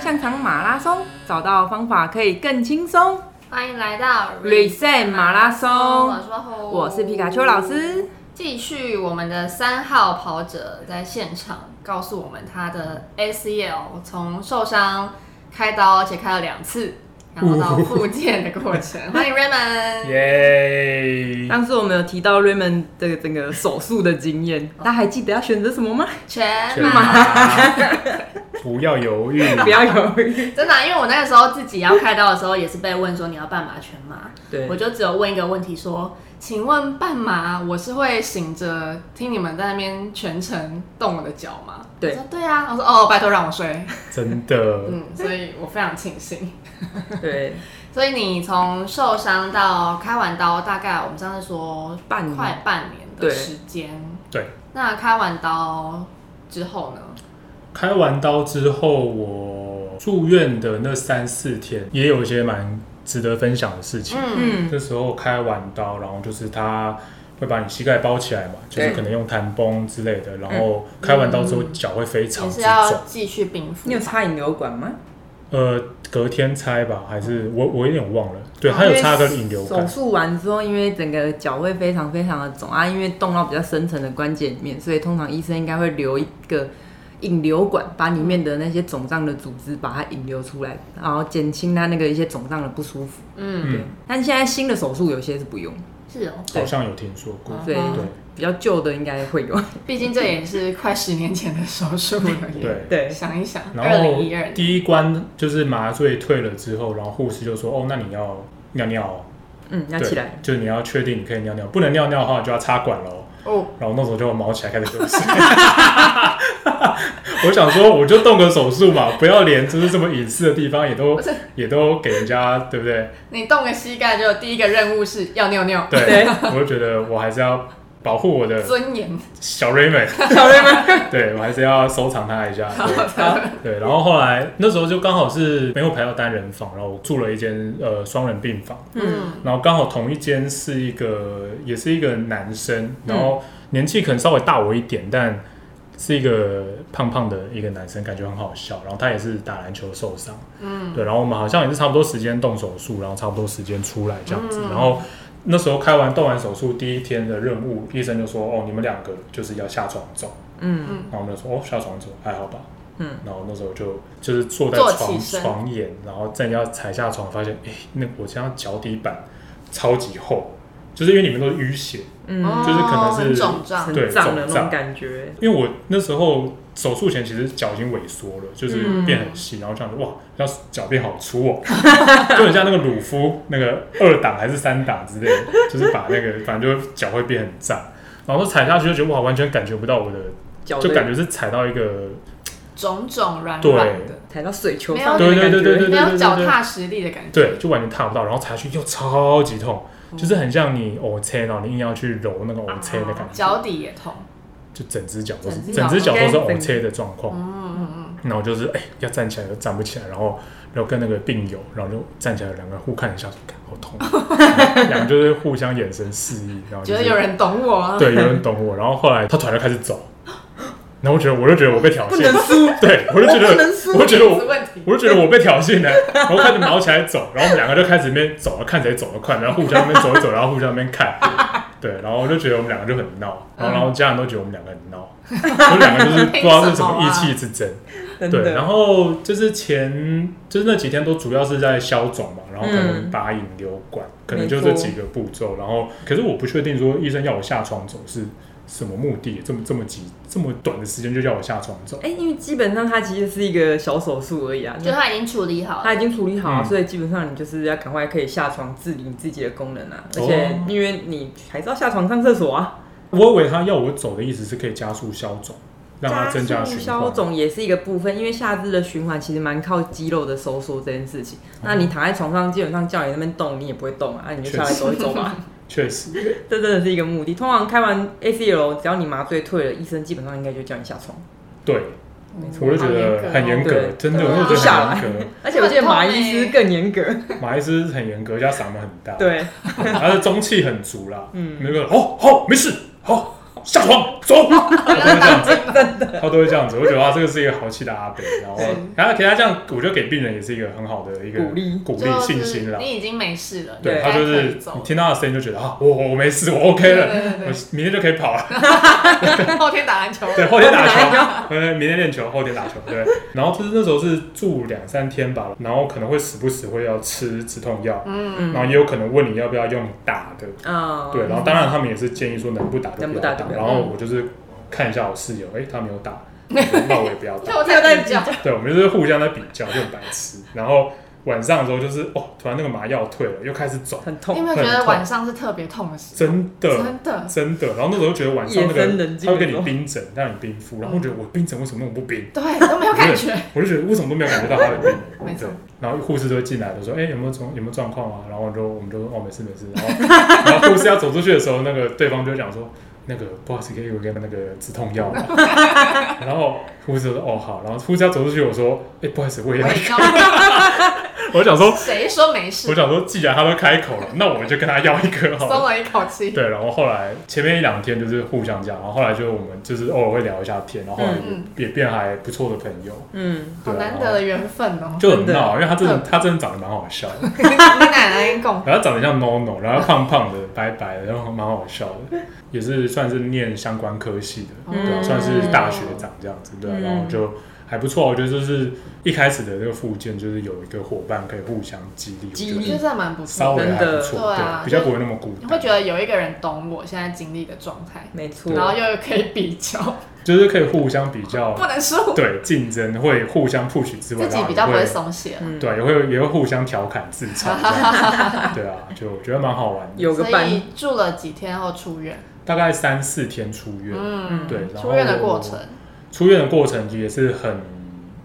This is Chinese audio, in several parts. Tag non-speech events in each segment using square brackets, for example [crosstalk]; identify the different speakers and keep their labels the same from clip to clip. Speaker 1: 上场马拉松，找到方法可以更轻松。
Speaker 2: 欢迎来到
Speaker 1: Reset 马拉松
Speaker 2: 我是吼，
Speaker 1: 我是皮卡丘老。师，
Speaker 2: 继续我们的三号跑者在现场告诉我们他的 ACL 从受伤开刀，而且开了两
Speaker 1: [laughs]
Speaker 2: 次，然后到复健的过程。欢迎 Raymond。
Speaker 3: 耶！
Speaker 1: 当时我们有提到 Raymond 的整个手术的经验，大家还记得要选择什么吗？
Speaker 2: 全
Speaker 3: 全
Speaker 2: 马
Speaker 3: 马，不要犹豫，
Speaker 1: 不要犹豫。
Speaker 2: 真的啊、因为我那个时候自己要开刀的时候，也是被问说你要半马全马，
Speaker 1: [laughs] 对
Speaker 2: 我就只有问一个问题说，请问半马我是会醒着听你们在那边全程动我的脚吗？
Speaker 1: 对
Speaker 2: 我说对啊，我说哦，拜托让我睡，
Speaker 3: 真的。
Speaker 2: 嗯，所以我非常庆幸。
Speaker 1: 对，
Speaker 2: 所以你从受伤到开完刀，大概我们上次说
Speaker 1: 半年
Speaker 2: 快半年的
Speaker 1: 对
Speaker 2: 时间，
Speaker 3: 对，
Speaker 2: 那开完刀之后呢？
Speaker 3: 开完刀之后，我住院的那三四天，也有一些蛮值得分享的事情。
Speaker 2: 嗯，
Speaker 1: 嗯，
Speaker 3: 那时候开完刀，然后就是他会把你膝盖包起来嘛，就是
Speaker 1: 对
Speaker 3: 可能用弹绷之类的。然后开完刀之后，脚会非常
Speaker 2: 也是
Speaker 3: 之
Speaker 2: 要
Speaker 3: 肿。
Speaker 2: 继续冰敷
Speaker 1: 你有。插引流管吗？
Speaker 3: 呃，隔天拆吧，还是我我有点忘了。对，他有插个引流
Speaker 1: 哦手
Speaker 3: 管。
Speaker 1: 术完之后，因为整个脚会非常非常的肿啊，因为动到比较深层的关节里面，所以通常医生应该会留一个引流管，把里面的那些肿胀的组织把它引流出来，然后减轻它那个一些肿胀的不舒服。
Speaker 2: 嗯，
Speaker 3: 嗯，
Speaker 1: 但现在新的手术有些是不用，
Speaker 2: 是哦，
Speaker 3: 好像有听说过。
Speaker 1: 对
Speaker 2: 嗯
Speaker 3: 对
Speaker 1: 比较旧的应该会有。
Speaker 2: 毕竟这也是快十年前的手术了耶。
Speaker 3: 对。
Speaker 1: 对，
Speaker 2: 想一想，
Speaker 3: 然
Speaker 2: 二
Speaker 3: 后
Speaker 2: 零一二年，
Speaker 3: 第一关就是麻醉退了之后，然后护士就说：“哦，那你要尿尿哦，
Speaker 1: 嗯，要
Speaker 3: 对
Speaker 1: 起来。
Speaker 3: 就是你要确定你可以尿尿，不能尿尿的话你就要插管喽。
Speaker 2: 哦，”
Speaker 3: 然后那时候就毛起来开始流血。 [laughs] 我想说，我就动个手术嘛，不要连就是这么隐私的地方也都
Speaker 2: 不是
Speaker 3: 也都给人家，对不对？
Speaker 2: 你动个膝盖就第一个任务是要尿尿，
Speaker 3: 对，
Speaker 1: 对
Speaker 3: 我就觉得我还是要保护我的
Speaker 2: 尊严。
Speaker 3: 小 Raymond，
Speaker 1: [laughs] 小瑞们，
Speaker 3: [laughs] 对我还是要收藏他一下。对
Speaker 1: 好
Speaker 3: [laughs] 对，然后后来那时候就刚好是没有排到单人房，然后我住了一间呃双人病房，
Speaker 1: 嗯
Speaker 2: 嗯，
Speaker 3: 然后刚好同一间是一个也是一个男生，
Speaker 1: 嗯
Speaker 3: 然后年纪可能稍微大我一点，但是一个胖胖的一个男生，感觉很好笑。然后他也是打篮球受伤，
Speaker 2: 嗯，
Speaker 3: 对，然后我们好像也是差不多时间动手术，然后差不多时间出来这样子，
Speaker 2: 嗯
Speaker 3: 然后。那时候开完动完手术第一天的任务，医生就说：“哦，你们两个就是要下床走。”
Speaker 1: 嗯
Speaker 3: 然后我们就说哦下床走还好吧，
Speaker 1: 嗯，
Speaker 3: 然后那时候就就是坐在
Speaker 2: 坐起
Speaker 3: 床
Speaker 2: 身
Speaker 3: 床沿，然后正要踩下床，发现哎、诶那我这样脚底板超级厚，就是因为里面都是淤血，
Speaker 1: 嗯，
Speaker 3: 就是可能是
Speaker 2: 哦很肿胀，
Speaker 3: 对
Speaker 1: 很胀的
Speaker 3: 肿
Speaker 1: 那
Speaker 3: 胀
Speaker 1: 种感觉。
Speaker 3: 因为我那时候手术前其实脚已经萎缩了，就是
Speaker 2: 嗯
Speaker 3: 变很细，然后这样子哇，要脚变好粗哦， [laughs] 就很像那个鲁夫那个二档还是三档之类的，就是把那个反正就脚会变很胀，然后踩下去就觉得哇，完全感觉不到我的，
Speaker 1: 脚
Speaker 3: 就
Speaker 1: 的
Speaker 3: 感觉是踩到一个
Speaker 2: 肿肿软
Speaker 3: 对
Speaker 2: 软的，
Speaker 1: 踩到水球
Speaker 2: 没有
Speaker 1: 上面的感觉。
Speaker 3: 对对对对
Speaker 2: 没有脚踏实地的感觉。
Speaker 3: 对，就完全踏不到，然后踩下去又超级痛，就是很像你偶切，然后你硬要去揉那个偶切的感觉，
Speaker 2: 脚底也痛。
Speaker 3: 就整只脚都是
Speaker 2: 整只脚
Speaker 3: 整只脚都是
Speaker 1: 应该
Speaker 3: 偶
Speaker 1: 整
Speaker 3: 切的状况。
Speaker 2: 嗯嗯
Speaker 3: 然后就是哎、要站起来又站不起来，然后然后跟那个病友，然后就站起来，两个人互看一下，说干好痛，啊两个就是互相眼神示意，然
Speaker 2: 嗯，
Speaker 3: 后就
Speaker 2: 觉
Speaker 3: 是
Speaker 2: 得有人懂我。
Speaker 3: 对有人懂我，然后后来他突然就开始走，然后我觉得我就觉得我被挑
Speaker 1: 不能
Speaker 3: 衅，
Speaker 1: 输，
Speaker 3: 对我就觉
Speaker 1: 我不能输
Speaker 3: 得我就觉得
Speaker 2: 面子
Speaker 3: 我
Speaker 2: 问题。
Speaker 3: 我就觉得我被挑衅了， [laughs] 然后开始毛起来走，然后我们两个就开始那边走了，看谁走得快，然后互相那边走一走，然后互相那边看，对，然后我就觉得我们两个就很闹，然后然后家人都觉得我们两个很闹，我们两个就是不知道是什么意气之争，
Speaker 1: 真
Speaker 3: 对，
Speaker 1: 的。
Speaker 3: 然后就是前就是那几天都主要是在消肿嘛，然后可能
Speaker 1: 嗯
Speaker 3: 拔引流管，可能
Speaker 1: 没
Speaker 3: 就
Speaker 1: 错
Speaker 3: 这几个步骤，然后可是我不确定说医生要我下床走是什么目的，这么这么急这么短的时间就叫我下床走，
Speaker 1: 哎，因为基本上它其实是一个小手术而已啊，
Speaker 2: 就他已经处理好
Speaker 1: 他
Speaker 2: 了，
Speaker 1: 已经处理好了，
Speaker 3: 嗯
Speaker 1: 所以基本上你就是要赶快可以下床治理你自己的功能啊，
Speaker 3: 哦
Speaker 1: 而且因为你还是要下床上厕所啊，
Speaker 3: 我以为他要我走的意思是可以加速消肿，让它增加
Speaker 1: 速
Speaker 3: 循
Speaker 1: 消
Speaker 3: 环。
Speaker 1: 肿也是一个部分，因为下肢的循环其实蛮靠肌肉的收缩这件事情。
Speaker 3: 嗯
Speaker 1: 那你躺在床上，基本上叫你那边动，你也不会动啊，那你就下来走一走吧。
Speaker 3: 确实，
Speaker 1: 这真的是一个目的。通常开完 ACL，只要你麻醉退了，医生基本上应该就叫你下床。
Speaker 3: 对，
Speaker 2: 没错
Speaker 3: 我就觉得很严格
Speaker 1: 对，
Speaker 3: 真的，
Speaker 2: 对啊
Speaker 3: 我就觉得很严
Speaker 1: 而且我记得马医师更严格，
Speaker 3: 格。马医师很严格，加嗓门很大，
Speaker 1: 对，
Speaker 3: 哦他的中气很足啦，嗯，那个哦，好，没事，好，下床走，他都会这样子，
Speaker 2: 真的，
Speaker 3: 他都会这样子。我觉得啊，这个是一个豪气的阿北，然后
Speaker 1: 对
Speaker 3: 然后给他这样，我觉得给病人也是一个很好的一个
Speaker 1: 鼓励
Speaker 3: 鼓
Speaker 2: 就是
Speaker 3: 励信心啦。
Speaker 2: 你已经没事了，
Speaker 3: 对
Speaker 1: 对
Speaker 3: 他就
Speaker 2: 你该可以
Speaker 3: 是
Speaker 2: 走
Speaker 3: 你
Speaker 2: 了
Speaker 3: 听到他的声音就觉得啊，我我我没事，我 OK 了，
Speaker 2: 对对对
Speaker 3: 我明天就可以跑了。
Speaker 2: 后天打篮球，
Speaker 3: 对，后天打
Speaker 1: 后天
Speaker 3: [laughs] 球，呃，明天练球，后天打球，对。然后就是那时候是住两三天吧，然后可能会时不时会要吃止痛药，
Speaker 2: 嗯，
Speaker 1: 嗯
Speaker 3: 然后也有可能问你要不要用打的，
Speaker 1: 啊，
Speaker 3: 对。然后当然他们也是建议说能不打就
Speaker 1: 能
Speaker 3: 不
Speaker 1: 不
Speaker 3: 要
Speaker 1: 打
Speaker 3: 打
Speaker 1: 就不。要嗯
Speaker 3: 然后我就是看一下我室友，哎，他没有打，那我也不要打。
Speaker 2: 又在比较，
Speaker 3: 对，我们就是互相在比较，就很白痴。然后晚上的时候就是哦，突然那个麻药退了，又开始肿，
Speaker 1: 很
Speaker 2: 你有
Speaker 1: 痛，
Speaker 2: 没有觉得晚上是特别痛的时候？
Speaker 3: 真的。
Speaker 2: 真的，
Speaker 3: 真的，然后那时候觉得晚上那
Speaker 1: 夜深
Speaker 3: 个
Speaker 1: 人静
Speaker 3: 他会
Speaker 1: 的
Speaker 3: 给你
Speaker 1: 时候
Speaker 3: 冰枕，让你冰敷，
Speaker 1: 嗯
Speaker 3: 然后我觉得我冰枕为什么那么不冰？
Speaker 2: 对，都没有感觉，
Speaker 3: 我就觉得为什么都没有感觉到他的病，
Speaker 2: [laughs] 没错
Speaker 3: 对。然后护士就会进来，就说：“哎、有没有状有没有状况啊？”然后我就我们就哦没事没事。
Speaker 2: [laughs]
Speaker 3: 然后然后护士要走出去的时候，那个对方就会讲说：“那个不好意思，可以有个那个止痛药吗？” [laughs] 然后护士就说：“哦好。”然后护士要走出去，我说：“哎、不好意思，我也
Speaker 2: 我 [laughs]
Speaker 3: 要
Speaker 2: 也
Speaker 3: 一个。
Speaker 2: 知道，
Speaker 3: 我想说，
Speaker 2: 谁说没
Speaker 3: 我
Speaker 2: 事？
Speaker 3: 想说，既然他都开口了，那我就跟他要一
Speaker 1: [laughs]
Speaker 3: 颗
Speaker 2: [laughs]
Speaker 3: 好
Speaker 2: 松
Speaker 3: 了。
Speaker 2: 了一口气，
Speaker 3: 对，啊然后后来前面一两天就是互相讲，然后后来就我们就是偶尔会聊一下天，然后后来也、
Speaker 2: 嗯
Speaker 3: 也变还不错的朋友，
Speaker 1: 嗯，
Speaker 2: 好
Speaker 3: 对啊
Speaker 2: 难得的缘分哦。
Speaker 3: 就很
Speaker 1: 真的
Speaker 3: 闹，因为他真的
Speaker 2: 嗯
Speaker 3: 他真的长得蛮好
Speaker 2: [laughs]
Speaker 3: 笑的。
Speaker 2: 你奶奶共
Speaker 3: 然后长得像 NONO，然后胖胖的、白白的，然后蛮好笑的，也是算是念相关科系的，对、啊，
Speaker 1: [laughs] 嗯
Speaker 3: 算是大学长这样子，对啊、
Speaker 1: 嗯
Speaker 3: 然后就还不错。我觉得就是一开始的那个附件，就是有一个伙伴可以互相激励，
Speaker 1: 激
Speaker 2: 我
Speaker 1: 励
Speaker 2: 觉得
Speaker 3: 我觉得
Speaker 2: 这蛮不
Speaker 3: 稍
Speaker 2: 错
Speaker 3: 微
Speaker 2: 的。
Speaker 3: 还不错，
Speaker 2: 真的对啊
Speaker 3: 比较不会那么孤
Speaker 2: 你会
Speaker 3: 单，
Speaker 2: 觉得有一个人懂我现在经历的状态，
Speaker 1: 没错，
Speaker 2: 然后又可以比较，
Speaker 3: 就是可以互相比较
Speaker 2: 不，能输，
Speaker 3: 对竞争会互相 push 之外，
Speaker 2: 自己比较
Speaker 3: 然
Speaker 2: 不
Speaker 3: 后也
Speaker 2: 会松懈了。
Speaker 1: 嗯，
Speaker 3: 对，也会也会互相调侃自嘲这样子，对啊，就我觉得蛮好玩的。
Speaker 1: 有个
Speaker 2: 所
Speaker 1: 伴，
Speaker 2: 以住了几天后出院，
Speaker 3: 大概三四天出院，
Speaker 2: 嗯，
Speaker 3: 对，然后
Speaker 2: 出院的过程
Speaker 3: 出院的过程也是很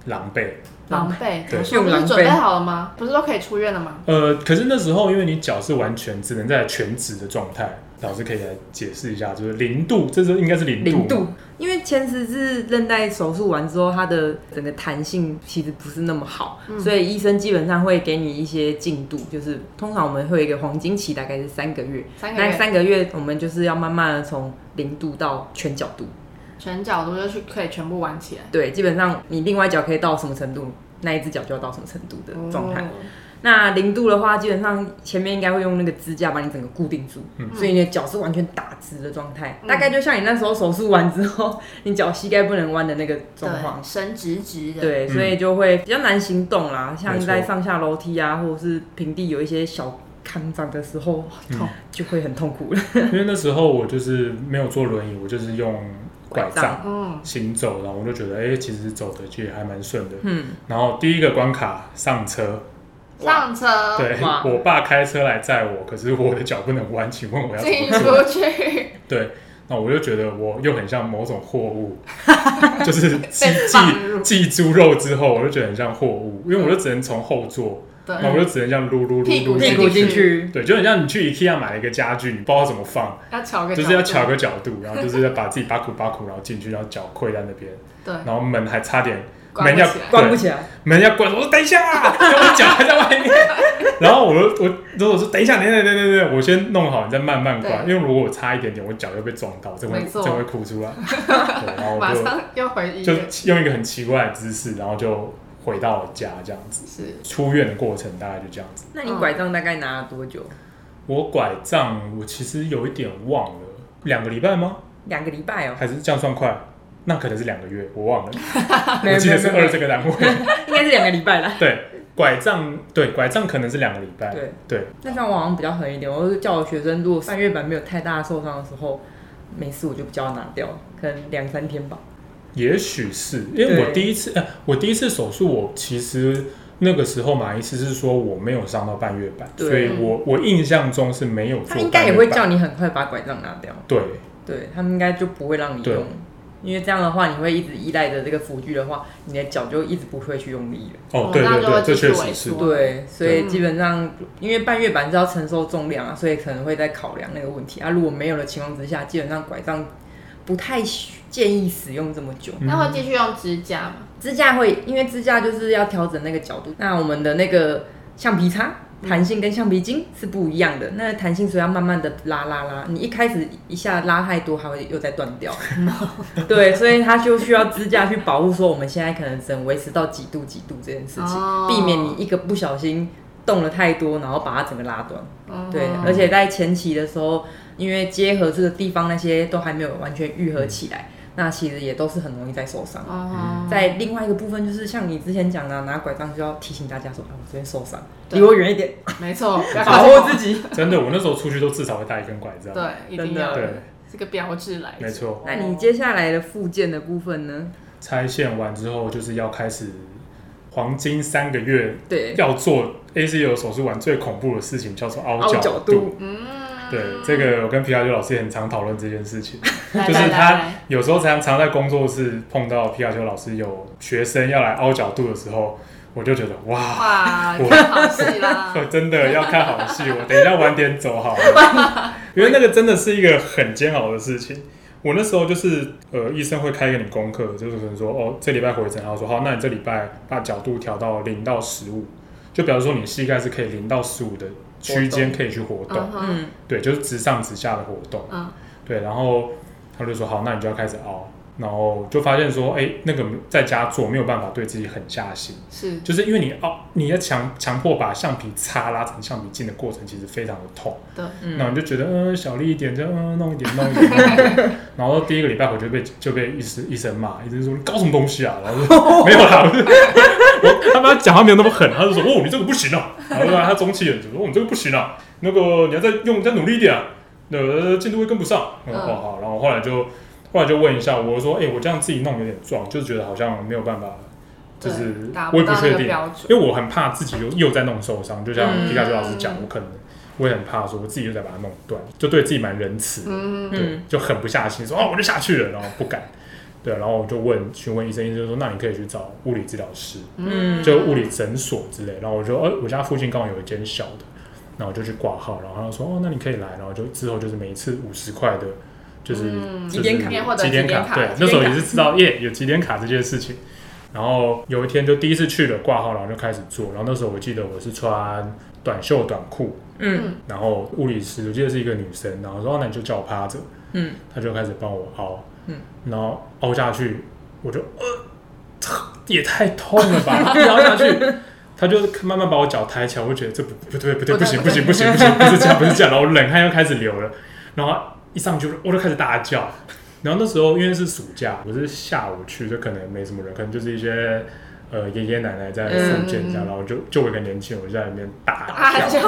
Speaker 3: 狼狈。
Speaker 2: 狼狈，
Speaker 3: 对
Speaker 2: 我说不是准备好了吗？不是都可以出院了吗？
Speaker 3: 呃，可是那时候因为你脚是完全只能在全职的状态，老师可以来解释一下，就是零度，这是应该是零度嘛，
Speaker 1: 零度，因为前十字韧带手术完之后，它的整个弹性其实不是那么好，
Speaker 2: 嗯
Speaker 1: 所以医生基本上会给你一些进度，就是通常我们会有一个黄金期，大概是三个月。
Speaker 2: 三个
Speaker 1: 那
Speaker 2: 月
Speaker 1: 三个月，我们就是要慢慢的从零度到全角度。
Speaker 2: 全角度就去可以全部玩起来，
Speaker 1: 对，基本上你另外一脚可以到什么程度，那一只脚就要到什么程度的状态。
Speaker 2: 哦
Speaker 1: 那零度的话，基本上前面应该会用那个支架把你整个固定住，
Speaker 3: 嗯
Speaker 1: 所以你的脚是完全打直的状态，
Speaker 2: 嗯
Speaker 1: 大概就像你那时候手术完之后，你脚膝盖不能弯的那个状况
Speaker 2: 对，。伸直直的，
Speaker 1: 对，
Speaker 3: 嗯
Speaker 1: 所以就会比较难行动啦，像
Speaker 3: 没错
Speaker 1: 在上下楼梯啊，或者是平地有一些小康长的时候，
Speaker 3: 嗯
Speaker 1: 哦
Speaker 2: 痛，
Speaker 1: 就会很痛苦了。
Speaker 3: [laughs] 因为那时候我就是没有坐轮椅，我就是用拐
Speaker 1: 拐
Speaker 3: 杖
Speaker 1: 杖
Speaker 2: 嗯，
Speaker 3: 行走，然后我就觉得，哎、其实走的就也还蛮顺的。
Speaker 1: 嗯，
Speaker 3: 然后第一个关卡上车，
Speaker 2: 上车，
Speaker 3: 对
Speaker 1: 哇
Speaker 3: 我爸开车来载我，可是我的脚不能弯，请问我要怎
Speaker 2: 进
Speaker 3: 么做？
Speaker 2: 出去，
Speaker 3: 对，那我就觉得我又很像某种
Speaker 2: [laughs]
Speaker 3: 货物，就是寄
Speaker 2: 被放入
Speaker 3: 寄寄猪肉之后，我就觉得很像货物，因为我就只能从后座，
Speaker 2: 对，
Speaker 3: 那我就只能这样撸撸
Speaker 2: 嗯
Speaker 3: 撸
Speaker 2: 屁股
Speaker 3: 撸
Speaker 1: 屁股进去，
Speaker 3: 对，就很像你去 IKEA 买了一个家具，你不知道怎么放，
Speaker 2: 要巧个，
Speaker 3: 就是要巧，个角度，然后就是要把自己巴苦巴苦，然后进去，然后脚跪在那边，
Speaker 2: 对，
Speaker 3: 然后门还差点
Speaker 2: 嗯关
Speaker 3: 门
Speaker 2: 不
Speaker 3: 要
Speaker 2: 起来
Speaker 1: 关不
Speaker 3: 对
Speaker 1: 起来，
Speaker 3: 门要关，我说等一下，啊 [laughs] 我脚还在外面。 [laughs] 然后我就我然后我说等一下，等一下，等一下等一下，我先弄好，你再慢慢关。因为如果我差一点点，我脚就被撞到，真会
Speaker 2: 没错
Speaker 3: 真会哭出来。对，然后
Speaker 2: 马
Speaker 3: 我
Speaker 2: 上又回医
Speaker 3: 就
Speaker 2: 院，
Speaker 3: 就用一个很奇怪的姿势，然后就回到了家这样子。
Speaker 2: 是
Speaker 3: 出院的过程大概就这样子。
Speaker 1: 那你拐杖大概拿了多久？
Speaker 3: 我拐杖我其实有一点忘了，两个礼拜吗？
Speaker 1: 两个礼拜哦，
Speaker 3: 还是这样算快？那可能是两个月，我忘了，
Speaker 1: [laughs] 没
Speaker 3: 我
Speaker 1: 有
Speaker 3: 记
Speaker 1: 没
Speaker 3: 得
Speaker 1: 有
Speaker 3: 是
Speaker 1: 没
Speaker 3: 二
Speaker 1: 有，
Speaker 3: 这个单位。
Speaker 1: 应该是两个礼拜啦。
Speaker 3: 对，拐杖对拐杖可能是两个礼拜。
Speaker 1: 对
Speaker 3: 对，
Speaker 1: 那像我好像比较狠一点，我就叫我学生，如果半月板没有太大的受伤的时候，没事我就不叫他拿掉，可能两三天吧。
Speaker 3: 也许是因为我
Speaker 1: 对
Speaker 3: 第一次，呃，我第一次手术，我其实那个时候马医师是说我没有伤到半月板，
Speaker 1: 对嗯
Speaker 3: 所以我我印象中是没有做
Speaker 1: 他
Speaker 3: 半月板。
Speaker 1: 应该也会叫你很快把拐杖拿掉，
Speaker 3: 对
Speaker 1: 对他们应该就不会让你
Speaker 3: 对
Speaker 1: 用，因为这样的话你会一直依赖着这个辅具的话，你的脚就一直不会去用力了。
Speaker 3: 哦
Speaker 2: 哦，
Speaker 3: 对
Speaker 2: 那
Speaker 3: 对
Speaker 2: 就会
Speaker 3: 对，
Speaker 2: 继
Speaker 3: 这
Speaker 2: 续
Speaker 3: 确
Speaker 2: 萎
Speaker 3: 实是
Speaker 2: 缩
Speaker 1: 对，所以
Speaker 2: 对
Speaker 1: 基本上因为半月板是要承受重量啊，所以可能会在考量那个问题啊。如果没有的情况之下，基本上拐杖不太建议使用这么久。
Speaker 3: 嗯
Speaker 2: 那会继续用指甲吗？
Speaker 1: 支架会，因为支架就是要调整那个角度。那我们的那个橡皮擦弹性跟橡皮筋是不一样的。那弹性所以要慢慢的拉拉拉，你一开始一下拉太多，还会又再断掉。对，所以它就需要支架去保护，说我们现在可能只能维持到几度几度这件事情，
Speaker 2: 哦
Speaker 1: 避免你一个不小心动了太多，然后把它整个拉断。
Speaker 2: 嗯
Speaker 1: 对，而且在前期的时候，因为接合这个地方那些都还没有完全愈合起来，那其实也都是很容易再受伤。
Speaker 3: 嗯
Speaker 2: 哦，
Speaker 1: 在另外一个部分，就是像你之前讲的啊，拿拐杖就要提醒大家说啊，我这边受伤，
Speaker 2: 对
Speaker 1: 离我远一点，
Speaker 2: 没错，要
Speaker 1: 保
Speaker 2: 搞清
Speaker 1: 护
Speaker 2: 楚
Speaker 1: 自己。
Speaker 3: 真的，我那时候出去都至少会带一根拐杖。
Speaker 2: 对，一定要
Speaker 1: 真
Speaker 3: 对，
Speaker 2: 这个标志来着。
Speaker 3: 没错
Speaker 1: 那你接下来的附件的部分呢？
Speaker 3: 拆线完之后就是要开始黄金三个月
Speaker 1: 对，
Speaker 3: 要做 ACL 手术完最恐怖的事情叫做凹
Speaker 1: 凹角度，
Speaker 2: 嗯，
Speaker 3: 对，这个我跟皮亚丘老师也很常讨论这件事情，
Speaker 2: 来
Speaker 3: 就是
Speaker 2: 来
Speaker 3: 他
Speaker 2: 来
Speaker 3: 有时候常常在工作室碰到皮亚丘老师有学生要来凹角度的时候，我就觉得哇，
Speaker 2: 哇，
Speaker 3: [laughs] 我！
Speaker 2: 看好戏啦
Speaker 3: [laughs] 真的要看好戏，我等一下晚点走 [laughs] 好了，因为那个真的是一个很煎熬的事情。我那时候就是呃，医生会开给你功课，就是可能说哦，这礼拜回诊，然后说好，那你这礼拜把角度调到零到十五，就比方说你膝盖是可以零到十五的区间可以去活动，
Speaker 2: 嗯哼，
Speaker 1: 嗯，
Speaker 3: 对，就是直上直下的活动。
Speaker 2: 嗯，
Speaker 3: 对，然后他就说好，那你就要开始凹，然后就发现说，哎，那个在家做没有办法对自己狠下心，
Speaker 2: 是，
Speaker 3: 就是因为你凹，你要强强迫把橡皮擦拉成橡皮筋的过程，其实非常的痛。
Speaker 2: 对，
Speaker 1: 嗯
Speaker 3: 那、你就觉得，嗯、小力一点，这样，嗯、弄一点，弄一点，弄一
Speaker 2: [laughs]
Speaker 3: 点。然后第一个礼拜我就被就被医师医生骂，医生说你搞什么东西啊？然后
Speaker 2: [laughs]
Speaker 3: 我说没有啦，我我他妈讲话没有那么狠，他就说哦你这个不行啊，
Speaker 2: 嗯
Speaker 3: 然后他中气很足，哦你这个不行啊，那个你要再用再努力一点啊，呃进度会跟不上。我说
Speaker 2: 嗯
Speaker 3: 哦好，然后后来就后来就问一下我说，哎、我这样自己弄有点撞，就是觉得好像没有办法，就
Speaker 2: 对
Speaker 3: 是
Speaker 2: 达
Speaker 3: 我
Speaker 2: 不
Speaker 3: 也不
Speaker 2: 到那
Speaker 3: 确
Speaker 2: 个
Speaker 3: 定，
Speaker 2: 标准。
Speaker 3: 因为我很怕自己又又在弄受伤，就像
Speaker 1: 嗯
Speaker 3: 皮卡丘老师讲，我可能我也很怕说我自己又在把它弄断，就对自己蛮仁慈的，
Speaker 2: 嗯，
Speaker 3: 对
Speaker 1: 嗯，
Speaker 3: 就狠不下心说哦我就下去了，然后不敢，对，然后我就问询问医生，医生就说那你可以去找物理治疗师，
Speaker 1: 嗯
Speaker 3: 就物理诊所之类，然后我就哦、我家附近刚好有一间小的，然后我就去挂号，然后他就说哦那你可以来，然后就之后就是每一次五十块的。就是
Speaker 2: 嗯
Speaker 1: 几
Speaker 3: 就是
Speaker 1: 点卡
Speaker 2: 或者
Speaker 3: 几点
Speaker 2: 几点卡
Speaker 3: 卡，对
Speaker 2: 几，
Speaker 3: 那时候
Speaker 1: 点卡
Speaker 3: 也是知道耶有几点卡这件事情。然后有一天就第一次去了挂号，然后就开始做。然后那时候我记得我是穿短袖短裤，
Speaker 1: 嗯
Speaker 3: 然后物理师我记得是一个女生，然后说哦那你就叫我趴着，
Speaker 1: 嗯，
Speaker 3: 她就开始帮我凹，
Speaker 1: 嗯，
Speaker 3: 然后凹下去，我就呃，也太痛了吧，一凹下去。她就慢慢把我脚抬起来，我就觉得这不不对不对
Speaker 2: 不对
Speaker 3: 不行
Speaker 2: 不
Speaker 3: 不
Speaker 2: 对
Speaker 3: 行不行不行，不是这样不是这样，然后冷汗又开始流了，然后一上去我就开始大叫，然后那时候因为是暑假，我是下午去，就可能没什么人，可能就是一些呃爷爷奶奶在福建这样，
Speaker 2: 嗯
Speaker 3: 然后就就我一个年轻人我就在里面大
Speaker 2: [laughs] 啊，
Speaker 3: 叫，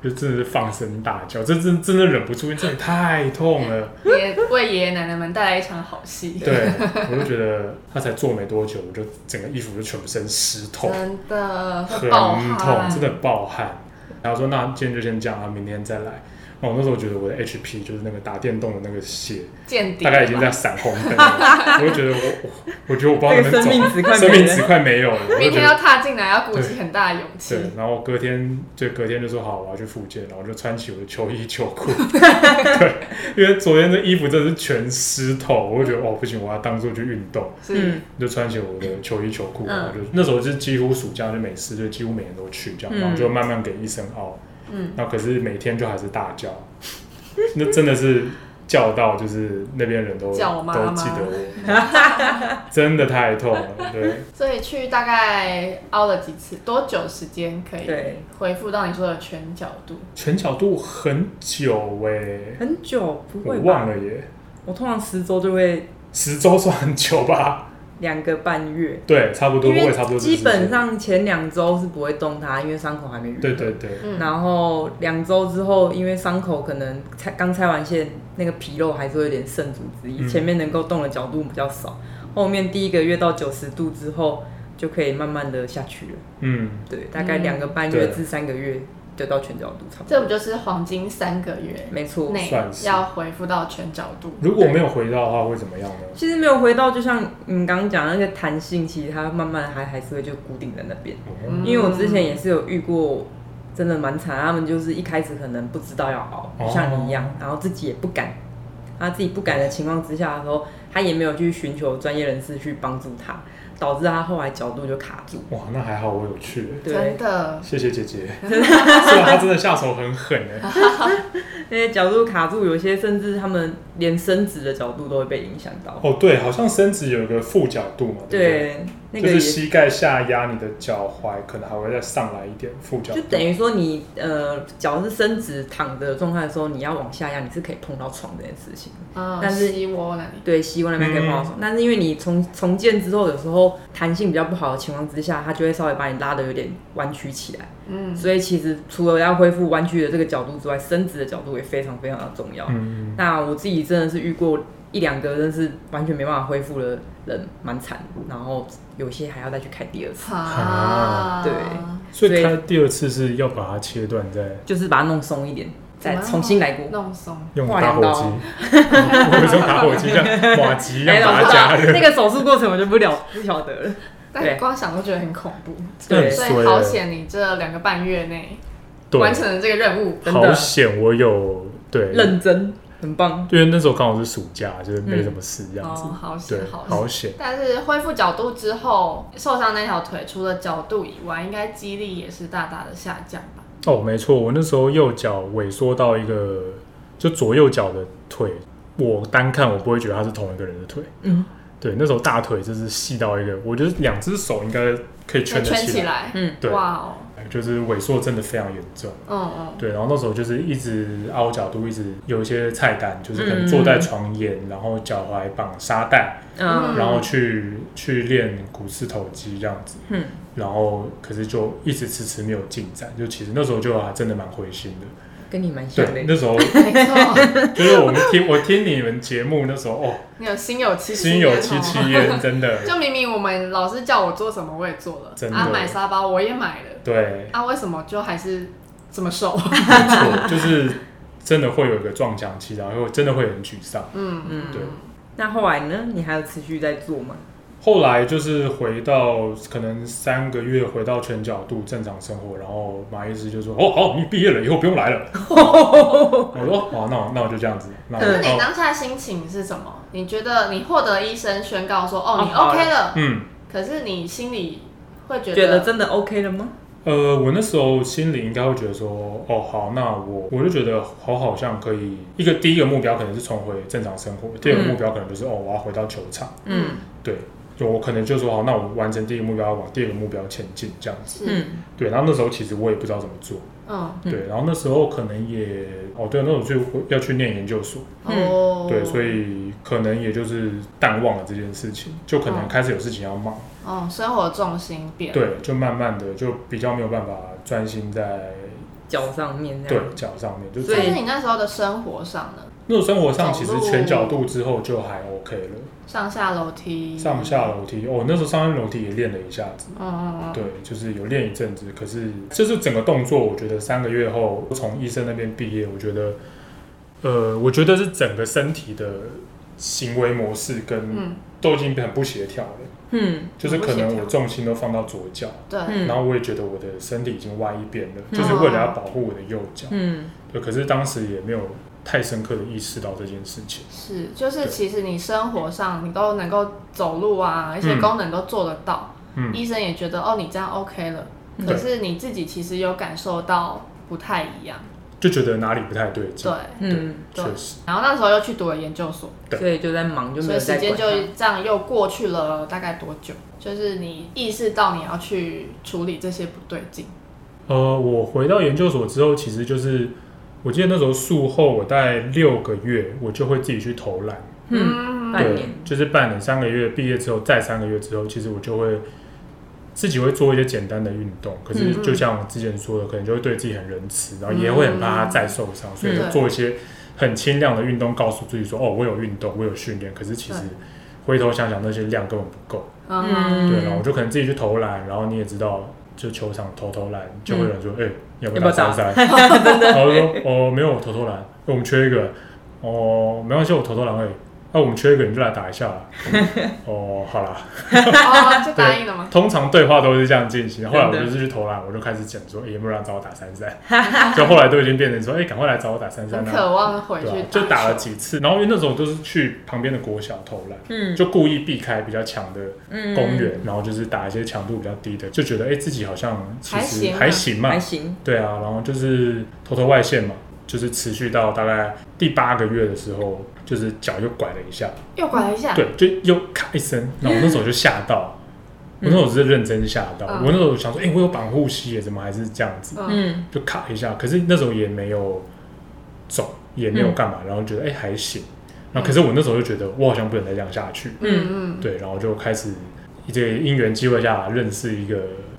Speaker 2: 就
Speaker 3: 就真的是放声大叫，这真真的忍不住，因为真的太痛了。
Speaker 2: 也为爷爷奶奶们带来一场好戏。
Speaker 3: 对，我就觉得他才做没多久，我就整个衣服就全部身湿透，
Speaker 2: 真的
Speaker 3: 很
Speaker 2: 会爆
Speaker 3: 痛，
Speaker 2: 汗，
Speaker 3: 真的爆汗。然后说那今天就先这样，啊，明天再来。然后我那时候觉得我的 HP 就是那个打电动的那个血，
Speaker 2: 见底
Speaker 3: 大
Speaker 2: 了吧，
Speaker 3: 概已经在闪红灯了，我就觉得我我我觉得我不知道能不能走，
Speaker 1: 这个生命值快没了
Speaker 3: 生命值快没有了，我就
Speaker 2: 明
Speaker 3: 觉
Speaker 2: 天
Speaker 3: 得
Speaker 2: 要踏进来，要鼓起很大的勇气
Speaker 3: 对。，然后隔天就隔天就说好，我要去复健，然后我就穿起我的秋衣秋
Speaker 1: [laughs]
Speaker 3: 裤，对，因为昨天的衣服真的是全湿透，我就觉得哦不行，我要当做去运动，
Speaker 2: 是
Speaker 1: 嗯，
Speaker 3: 就穿起我的秋衣秋裤，
Speaker 1: 嗯
Speaker 3: 然后就那时候就是几乎暑假就每次就几乎每年都去这
Speaker 1: 嗯
Speaker 3: 样，然后就慢慢给医生凹，
Speaker 2: 嗯，
Speaker 3: 那可是每天就还是大叫，那真的是叫到就是那边人都
Speaker 2: 叫妈妈
Speaker 3: 都记得我，
Speaker 1: [laughs]
Speaker 3: 真的太痛了，对。
Speaker 2: 所以去大概凹了几次，多久时间可以
Speaker 1: 对
Speaker 2: 恢复到你说的全角度？
Speaker 3: 全角度很久诶，
Speaker 1: 很久不
Speaker 3: 我
Speaker 1: 会吧？
Speaker 3: 忘了耶，
Speaker 1: 我通常十周就会
Speaker 3: 十周算很久吧？ [laughs]
Speaker 1: 两个半月，
Speaker 3: 对，差不多，
Speaker 1: 因
Speaker 3: 我也
Speaker 1: 为
Speaker 3: 差不多是
Speaker 1: 基
Speaker 3: 十周。
Speaker 1: 本上前两周是不会动它，因为伤口还没愈合。
Speaker 3: 对对对，
Speaker 2: 嗯，
Speaker 1: 然后两周之后，因为伤口可能拆刚拆完线，那个皮肉还是会有点渗组织，
Speaker 3: 嗯
Speaker 1: 前面能够动的角度比较少，后面第一个月到九十度之后就可以慢慢的下去了。
Speaker 3: 嗯，
Speaker 1: 对，大概
Speaker 2: 嗯
Speaker 1: 两个半月
Speaker 3: 对
Speaker 1: 至三个月就到全角度差不
Speaker 2: 这
Speaker 1: 多。
Speaker 2: 不就是黄金三个月
Speaker 1: 没错，
Speaker 2: 内
Speaker 3: 算是
Speaker 2: 要恢复到全角度？
Speaker 3: 如果没有回到的话，会怎么样呢？
Speaker 1: 其实没有回到，就像你刚刚讲的那个弹性，其实它慢慢还还是会就固定在那边。
Speaker 3: 哦
Speaker 1: 因为我之前也是有遇过，真的蛮惨，他们就是一开始可能不知道要熬，
Speaker 3: 哦
Speaker 1: 像你一样，然后自己也不敢，他自己不敢的情况之下的时候，他也没有去寻求专业人士去帮助他，导致他后来角度就卡住。
Speaker 3: 哇，那还好我有去，
Speaker 1: 对
Speaker 2: 真，的，
Speaker 3: 谢谢姐姐。
Speaker 1: [laughs]
Speaker 3: 虽然她真的下手很狠哎、
Speaker 1: 那些角度卡住，有些甚至他们连伸直的角度都会被影响到。
Speaker 3: 哦对，好像伸直有一个负角度嘛，对不对？
Speaker 1: 对，那
Speaker 3: 就
Speaker 1: 个
Speaker 3: 是
Speaker 1: 也
Speaker 3: 膝盖下压你的脚踝，可能还会再上来一点负角
Speaker 1: 就
Speaker 3: 度。
Speaker 1: 等于说你呃脚是伸直躺着的状态的时候，你要往下压，你是可以碰到床这件事情。
Speaker 2: 嗯，
Speaker 1: 但是
Speaker 2: 膝窝那里，
Speaker 1: 对，膝关那边可以碰到
Speaker 2: 嗯
Speaker 1: 床，但是因为你重重建之后，有时候弹性比较不好的情况之下，它就会稍微把你拉的有点弯曲起来。
Speaker 2: 嗯，
Speaker 1: 所以其实除了要恢复弯曲的这个角度之外，伸直的角度也非常非常的重要。
Speaker 3: 嗯，
Speaker 1: 那我自己真的是遇过一两个，真是完全没办法恢复的人，蛮惨的。然后有些还要再去开第二次，
Speaker 2: 啊，
Speaker 1: 对
Speaker 3: 所以
Speaker 1: 所以
Speaker 3: 他第二次是要把它切断，再
Speaker 1: 就是把它弄松一点，再
Speaker 2: 怎么样
Speaker 1: 重新来过。
Speaker 2: 弄松，
Speaker 3: 用
Speaker 1: 哇
Speaker 3: 打火机， [laughs] 我们用打火机像瓦吉一
Speaker 1: [laughs]
Speaker 3: 样
Speaker 1: 哎，
Speaker 3: 把
Speaker 2: 啊
Speaker 1: 我
Speaker 3: 它
Speaker 1: 知
Speaker 3: 加
Speaker 1: 道
Speaker 3: 热，
Speaker 1: 那个手术过程我就不了不晓得了。
Speaker 2: 但光想都觉得很恐怖，
Speaker 3: 真的很
Speaker 1: 对
Speaker 2: 所
Speaker 3: 衰
Speaker 2: 以好
Speaker 3: 欸
Speaker 2: 险你这两个半月内
Speaker 3: 对
Speaker 2: 完，成了这个任务，
Speaker 1: 真的
Speaker 3: 好险我有对，
Speaker 1: 认真，很棒。
Speaker 3: 因为那时候刚好是暑假，就是没什么事这样子，
Speaker 2: 哦，好险，，
Speaker 3: 对
Speaker 2: 好险。
Speaker 3: 好险。
Speaker 2: 但是恢复角度之后，受伤那条腿除了角度以外，应该肌力也是大大的下降吧？
Speaker 3: 哦，没错，我那时候右脚萎缩到一个，就左右脚的腿，我单看我不会觉得它是同一个人的腿。
Speaker 1: 嗯，
Speaker 3: 对，那时候大腿就是细到一个，我觉得两只手应该可以圈得
Speaker 2: 圈
Speaker 3: 起
Speaker 2: 起
Speaker 3: 来。
Speaker 2: 来，
Speaker 1: 嗯
Speaker 3: 对，
Speaker 2: 哇哦，
Speaker 3: 就是萎缩真的非常严重。
Speaker 2: 嗯嗯，
Speaker 3: 对，然后那时候就是一直凹角度，一直有一些菜单，就是可
Speaker 2: 嗯
Speaker 3: 能坐在床沿，然后脚踝绑沙袋，
Speaker 1: 嗯
Speaker 2: 嗯
Speaker 3: 然后去去练股四头肌这样子。
Speaker 1: 嗯，
Speaker 3: 然后可是就一直迟迟没有进展，就其实那时候就还真的蛮灰心的。
Speaker 1: 跟你蛮像
Speaker 3: 对，
Speaker 1: 的。
Speaker 3: 那时候
Speaker 2: 没
Speaker 3: [laughs]
Speaker 2: 错，
Speaker 3: 就是我们听我听你们节目那时候
Speaker 2: [laughs]
Speaker 3: 哦，
Speaker 2: 你有心有戚戚，
Speaker 3: 心有戚戚。焉，真的，
Speaker 2: 哦就明明我们老师叫我做什么，我也做了
Speaker 3: 真，的
Speaker 2: 啊，买沙包我也买了，
Speaker 3: 对，
Speaker 2: 啊，为什么就还是这么瘦？ [laughs]
Speaker 3: 没错，就是真的会有一个撞墙期，然后真的会很沮丧。
Speaker 2: 嗯嗯，
Speaker 3: 对
Speaker 1: 那后来呢？你还有持续在做吗？
Speaker 3: 后来就是回到可能三个月，回到全角度正常生活，然后马医师就说：“哦，好，你毕业了，以后不用来了。”我说：“哦，那我那我就这样子。”那我
Speaker 2: 那你
Speaker 3: 哦，
Speaker 2: 当下心情是什么？你觉得你获得医生宣告说，哦，你
Speaker 1: 哦好
Speaker 2: OK 了，
Speaker 3: 嗯，
Speaker 2: 可是你心里会觉
Speaker 1: 觉得
Speaker 2: 得，
Speaker 1: 真的 OK 了吗？
Speaker 3: 呃，我那时候心里应该会觉得说，哦，好，那我我就觉得我好像可以一个第一个目标可能是重回正常生活，第二个
Speaker 1: 嗯
Speaker 3: 目标可能就是、哦，我要回到球场。
Speaker 1: 嗯
Speaker 3: 对，就我可能就说好，那我完成第一个目标，往第二个目标前进这样子。
Speaker 2: 是，
Speaker 1: 嗯
Speaker 3: 对，然后那时候其实我也不知道怎么做，
Speaker 2: 嗯，
Speaker 1: 嗯
Speaker 3: 对，然后那时候可能也哦，对，那时候就要去念研究所，
Speaker 1: 嗯
Speaker 2: 哦，
Speaker 3: 对，所，以可能也就是淡忘了这件事情，就可能
Speaker 2: 哦
Speaker 3: 开始有事情要忙，
Speaker 2: 哦，生活重心变，，
Speaker 3: 对，就慢慢的就比较没有办法专心在
Speaker 1: 脚上面这
Speaker 3: 对
Speaker 1: 样。
Speaker 3: 脚上面，就
Speaker 1: 所
Speaker 2: 但
Speaker 1: 以
Speaker 2: 是你那时候的生活上呢，
Speaker 3: 那种生活上其
Speaker 2: 走
Speaker 3: 实
Speaker 2: 路
Speaker 3: 全角度之后就还 OK 了，
Speaker 2: 上下楼梯，
Speaker 3: 上下，楼梯，哦，那时候上下楼梯也练了一下子，
Speaker 2: 嗯嗯嗯，
Speaker 3: 对，就是有练一阵子，可是就是整个动作，我觉得三个月后从医生那边毕业，我觉得，呃，我觉得是整个身体的行为模式跟
Speaker 2: 嗯，
Speaker 3: 都已经很不协调了，
Speaker 1: 嗯
Speaker 3: 就是可
Speaker 2: 不协
Speaker 3: 能
Speaker 2: 调
Speaker 3: 我重心都放到左脚，
Speaker 2: 对，
Speaker 3: 然
Speaker 1: 嗯
Speaker 3: 后我也觉得我的身体已经歪一边了，
Speaker 2: 嗯
Speaker 3: 就是为了要保护我的右脚，
Speaker 1: 嗯，
Speaker 3: 对，可是当时也没有太深刻的意识到这件事情。
Speaker 2: 是，就是其实你生活上你都能够走路啊，一些
Speaker 3: 嗯
Speaker 2: 功能都做得到，
Speaker 3: 嗯
Speaker 2: 医生也觉得哦你这样 OK 了，可
Speaker 1: 嗯
Speaker 3: 对
Speaker 2: 是你自己其实有感受到不太一样，
Speaker 3: 就觉得哪里不太对劲
Speaker 2: 对。，
Speaker 1: 嗯，
Speaker 2: 对
Speaker 3: 确实，
Speaker 2: 然后那时候又去读了研究所，
Speaker 3: 对
Speaker 1: 所以就在忙，就没
Speaker 2: 所
Speaker 1: 有
Speaker 2: 以时
Speaker 1: 再
Speaker 2: 间
Speaker 1: 管它。
Speaker 2: 就这样又过去了大概多久？就是你意识到你要去处理这些不对劲，
Speaker 3: 呃，我回到研究所之后，其实就是我记得那时候术后，我大概六个月，我就会自己去投篮，
Speaker 1: 嗯，
Speaker 2: 嗯，
Speaker 1: 半
Speaker 3: 对
Speaker 1: 年，
Speaker 3: 就是半年、三个月，毕业之后再三个月之后，其实我就会自己会做一些简单的运动。可是
Speaker 2: 嗯嗯嗯
Speaker 3: 就像我之前说的，可能就会对自己很仁慈，然后也会很怕它再受伤，所以就
Speaker 2: 对
Speaker 3: 做一些很轻量的运动，告诉自己说：“哦，我有运动，我有训练。”可是其实回头想想，那些量根本不够。
Speaker 2: 嗯，
Speaker 3: 对，然后我就可能自己去投篮，然后你也知道，就球场投投篮，就会有人说，哎、
Speaker 1: 嗯
Speaker 3: 要不
Speaker 1: 要不要
Speaker 3: 要打三三？
Speaker 1: [laughs]
Speaker 3: 然后我就说，哦，没有，我投投篮，我们缺一个，哦，没关系，我投投篮而已。啊，那、我们缺一个人就来打一下
Speaker 1: [laughs]
Speaker 3: 啦。哦，好啦，
Speaker 2: 哦，就答应了吗？
Speaker 3: 通常对话都是这样进行。后来我
Speaker 1: 真的
Speaker 3: 就是去投篮，我就开始讲说，哎、有没有人找我打三三？就后来都已经变成说，哎、赶快来找我打三三
Speaker 2: 很
Speaker 3: 啦。
Speaker 2: 渴望回
Speaker 3: 对、
Speaker 2: 去
Speaker 3: 啊，就打了
Speaker 2: 球
Speaker 3: 几次，然后因为那时候都是去旁边的国小投篮，
Speaker 1: 嗯
Speaker 3: 就故意避开比较强的
Speaker 1: 嗯
Speaker 3: 公园，然后就是打一些强度比较低的，就觉得哎、自己好像其
Speaker 2: 还
Speaker 3: 实
Speaker 2: 行啊
Speaker 3: 还行嘛
Speaker 1: 还，行，
Speaker 3: 对啊，然后就是头头外线嘛，就是持续到大概第八个月的时候，就是脚又拐了一下，
Speaker 2: 又拐了一下，
Speaker 3: 对，就又咔一声，然后我那时候就吓
Speaker 2: [laughs]
Speaker 3: 到，我那时候是认真吓到，
Speaker 2: 嗯
Speaker 3: 我那时候想说，哎、我有绑护膝耶，怎么还是这样子，
Speaker 2: 嗯，
Speaker 1: 嗯
Speaker 3: 就咔一下，可是那时候也没有肿，也
Speaker 2: 嗯
Speaker 3: 没有干嘛，然后觉得哎、还行，然后可是我那时候就觉得我好像不能再这样下去，
Speaker 2: 嗯嗯，
Speaker 3: 对，然后就开始一些因缘机会下认识一个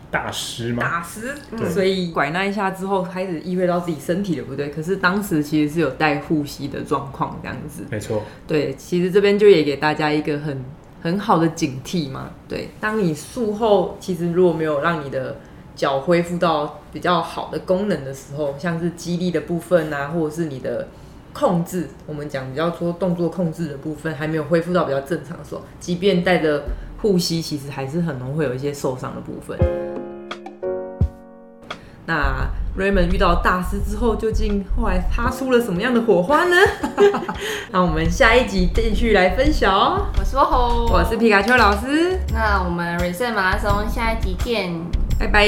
Speaker 3: 大师嘛，
Speaker 1: 打死
Speaker 3: 对，
Speaker 1: 所以拐那一下之后，开始意会到自己身体的不对。可是当时其实是有带护膝的状况这样子。
Speaker 3: 没错，
Speaker 1: 对，其实这边就也给大家一个很很好的警惕嘛。对，当你术后其实如果没有让你的脚恢复到比较好的功能的时候，像是肌力的部分啊，或者是你的控制，我们讲比较说动作控制的部分还没有恢复到比较正常的时候，即便带着护膝，其实还是很容易会有一些受伤的部分。那 Raymond 遇到大师之后，究竟后来擦出了什么样的火花呢？ [laughs] 那我们下一集继续来分享哦。
Speaker 2: 我说吼，
Speaker 1: 我是皮卡丘老师，
Speaker 2: 那我们 reset 马拉松下一集见。
Speaker 1: 拜拜。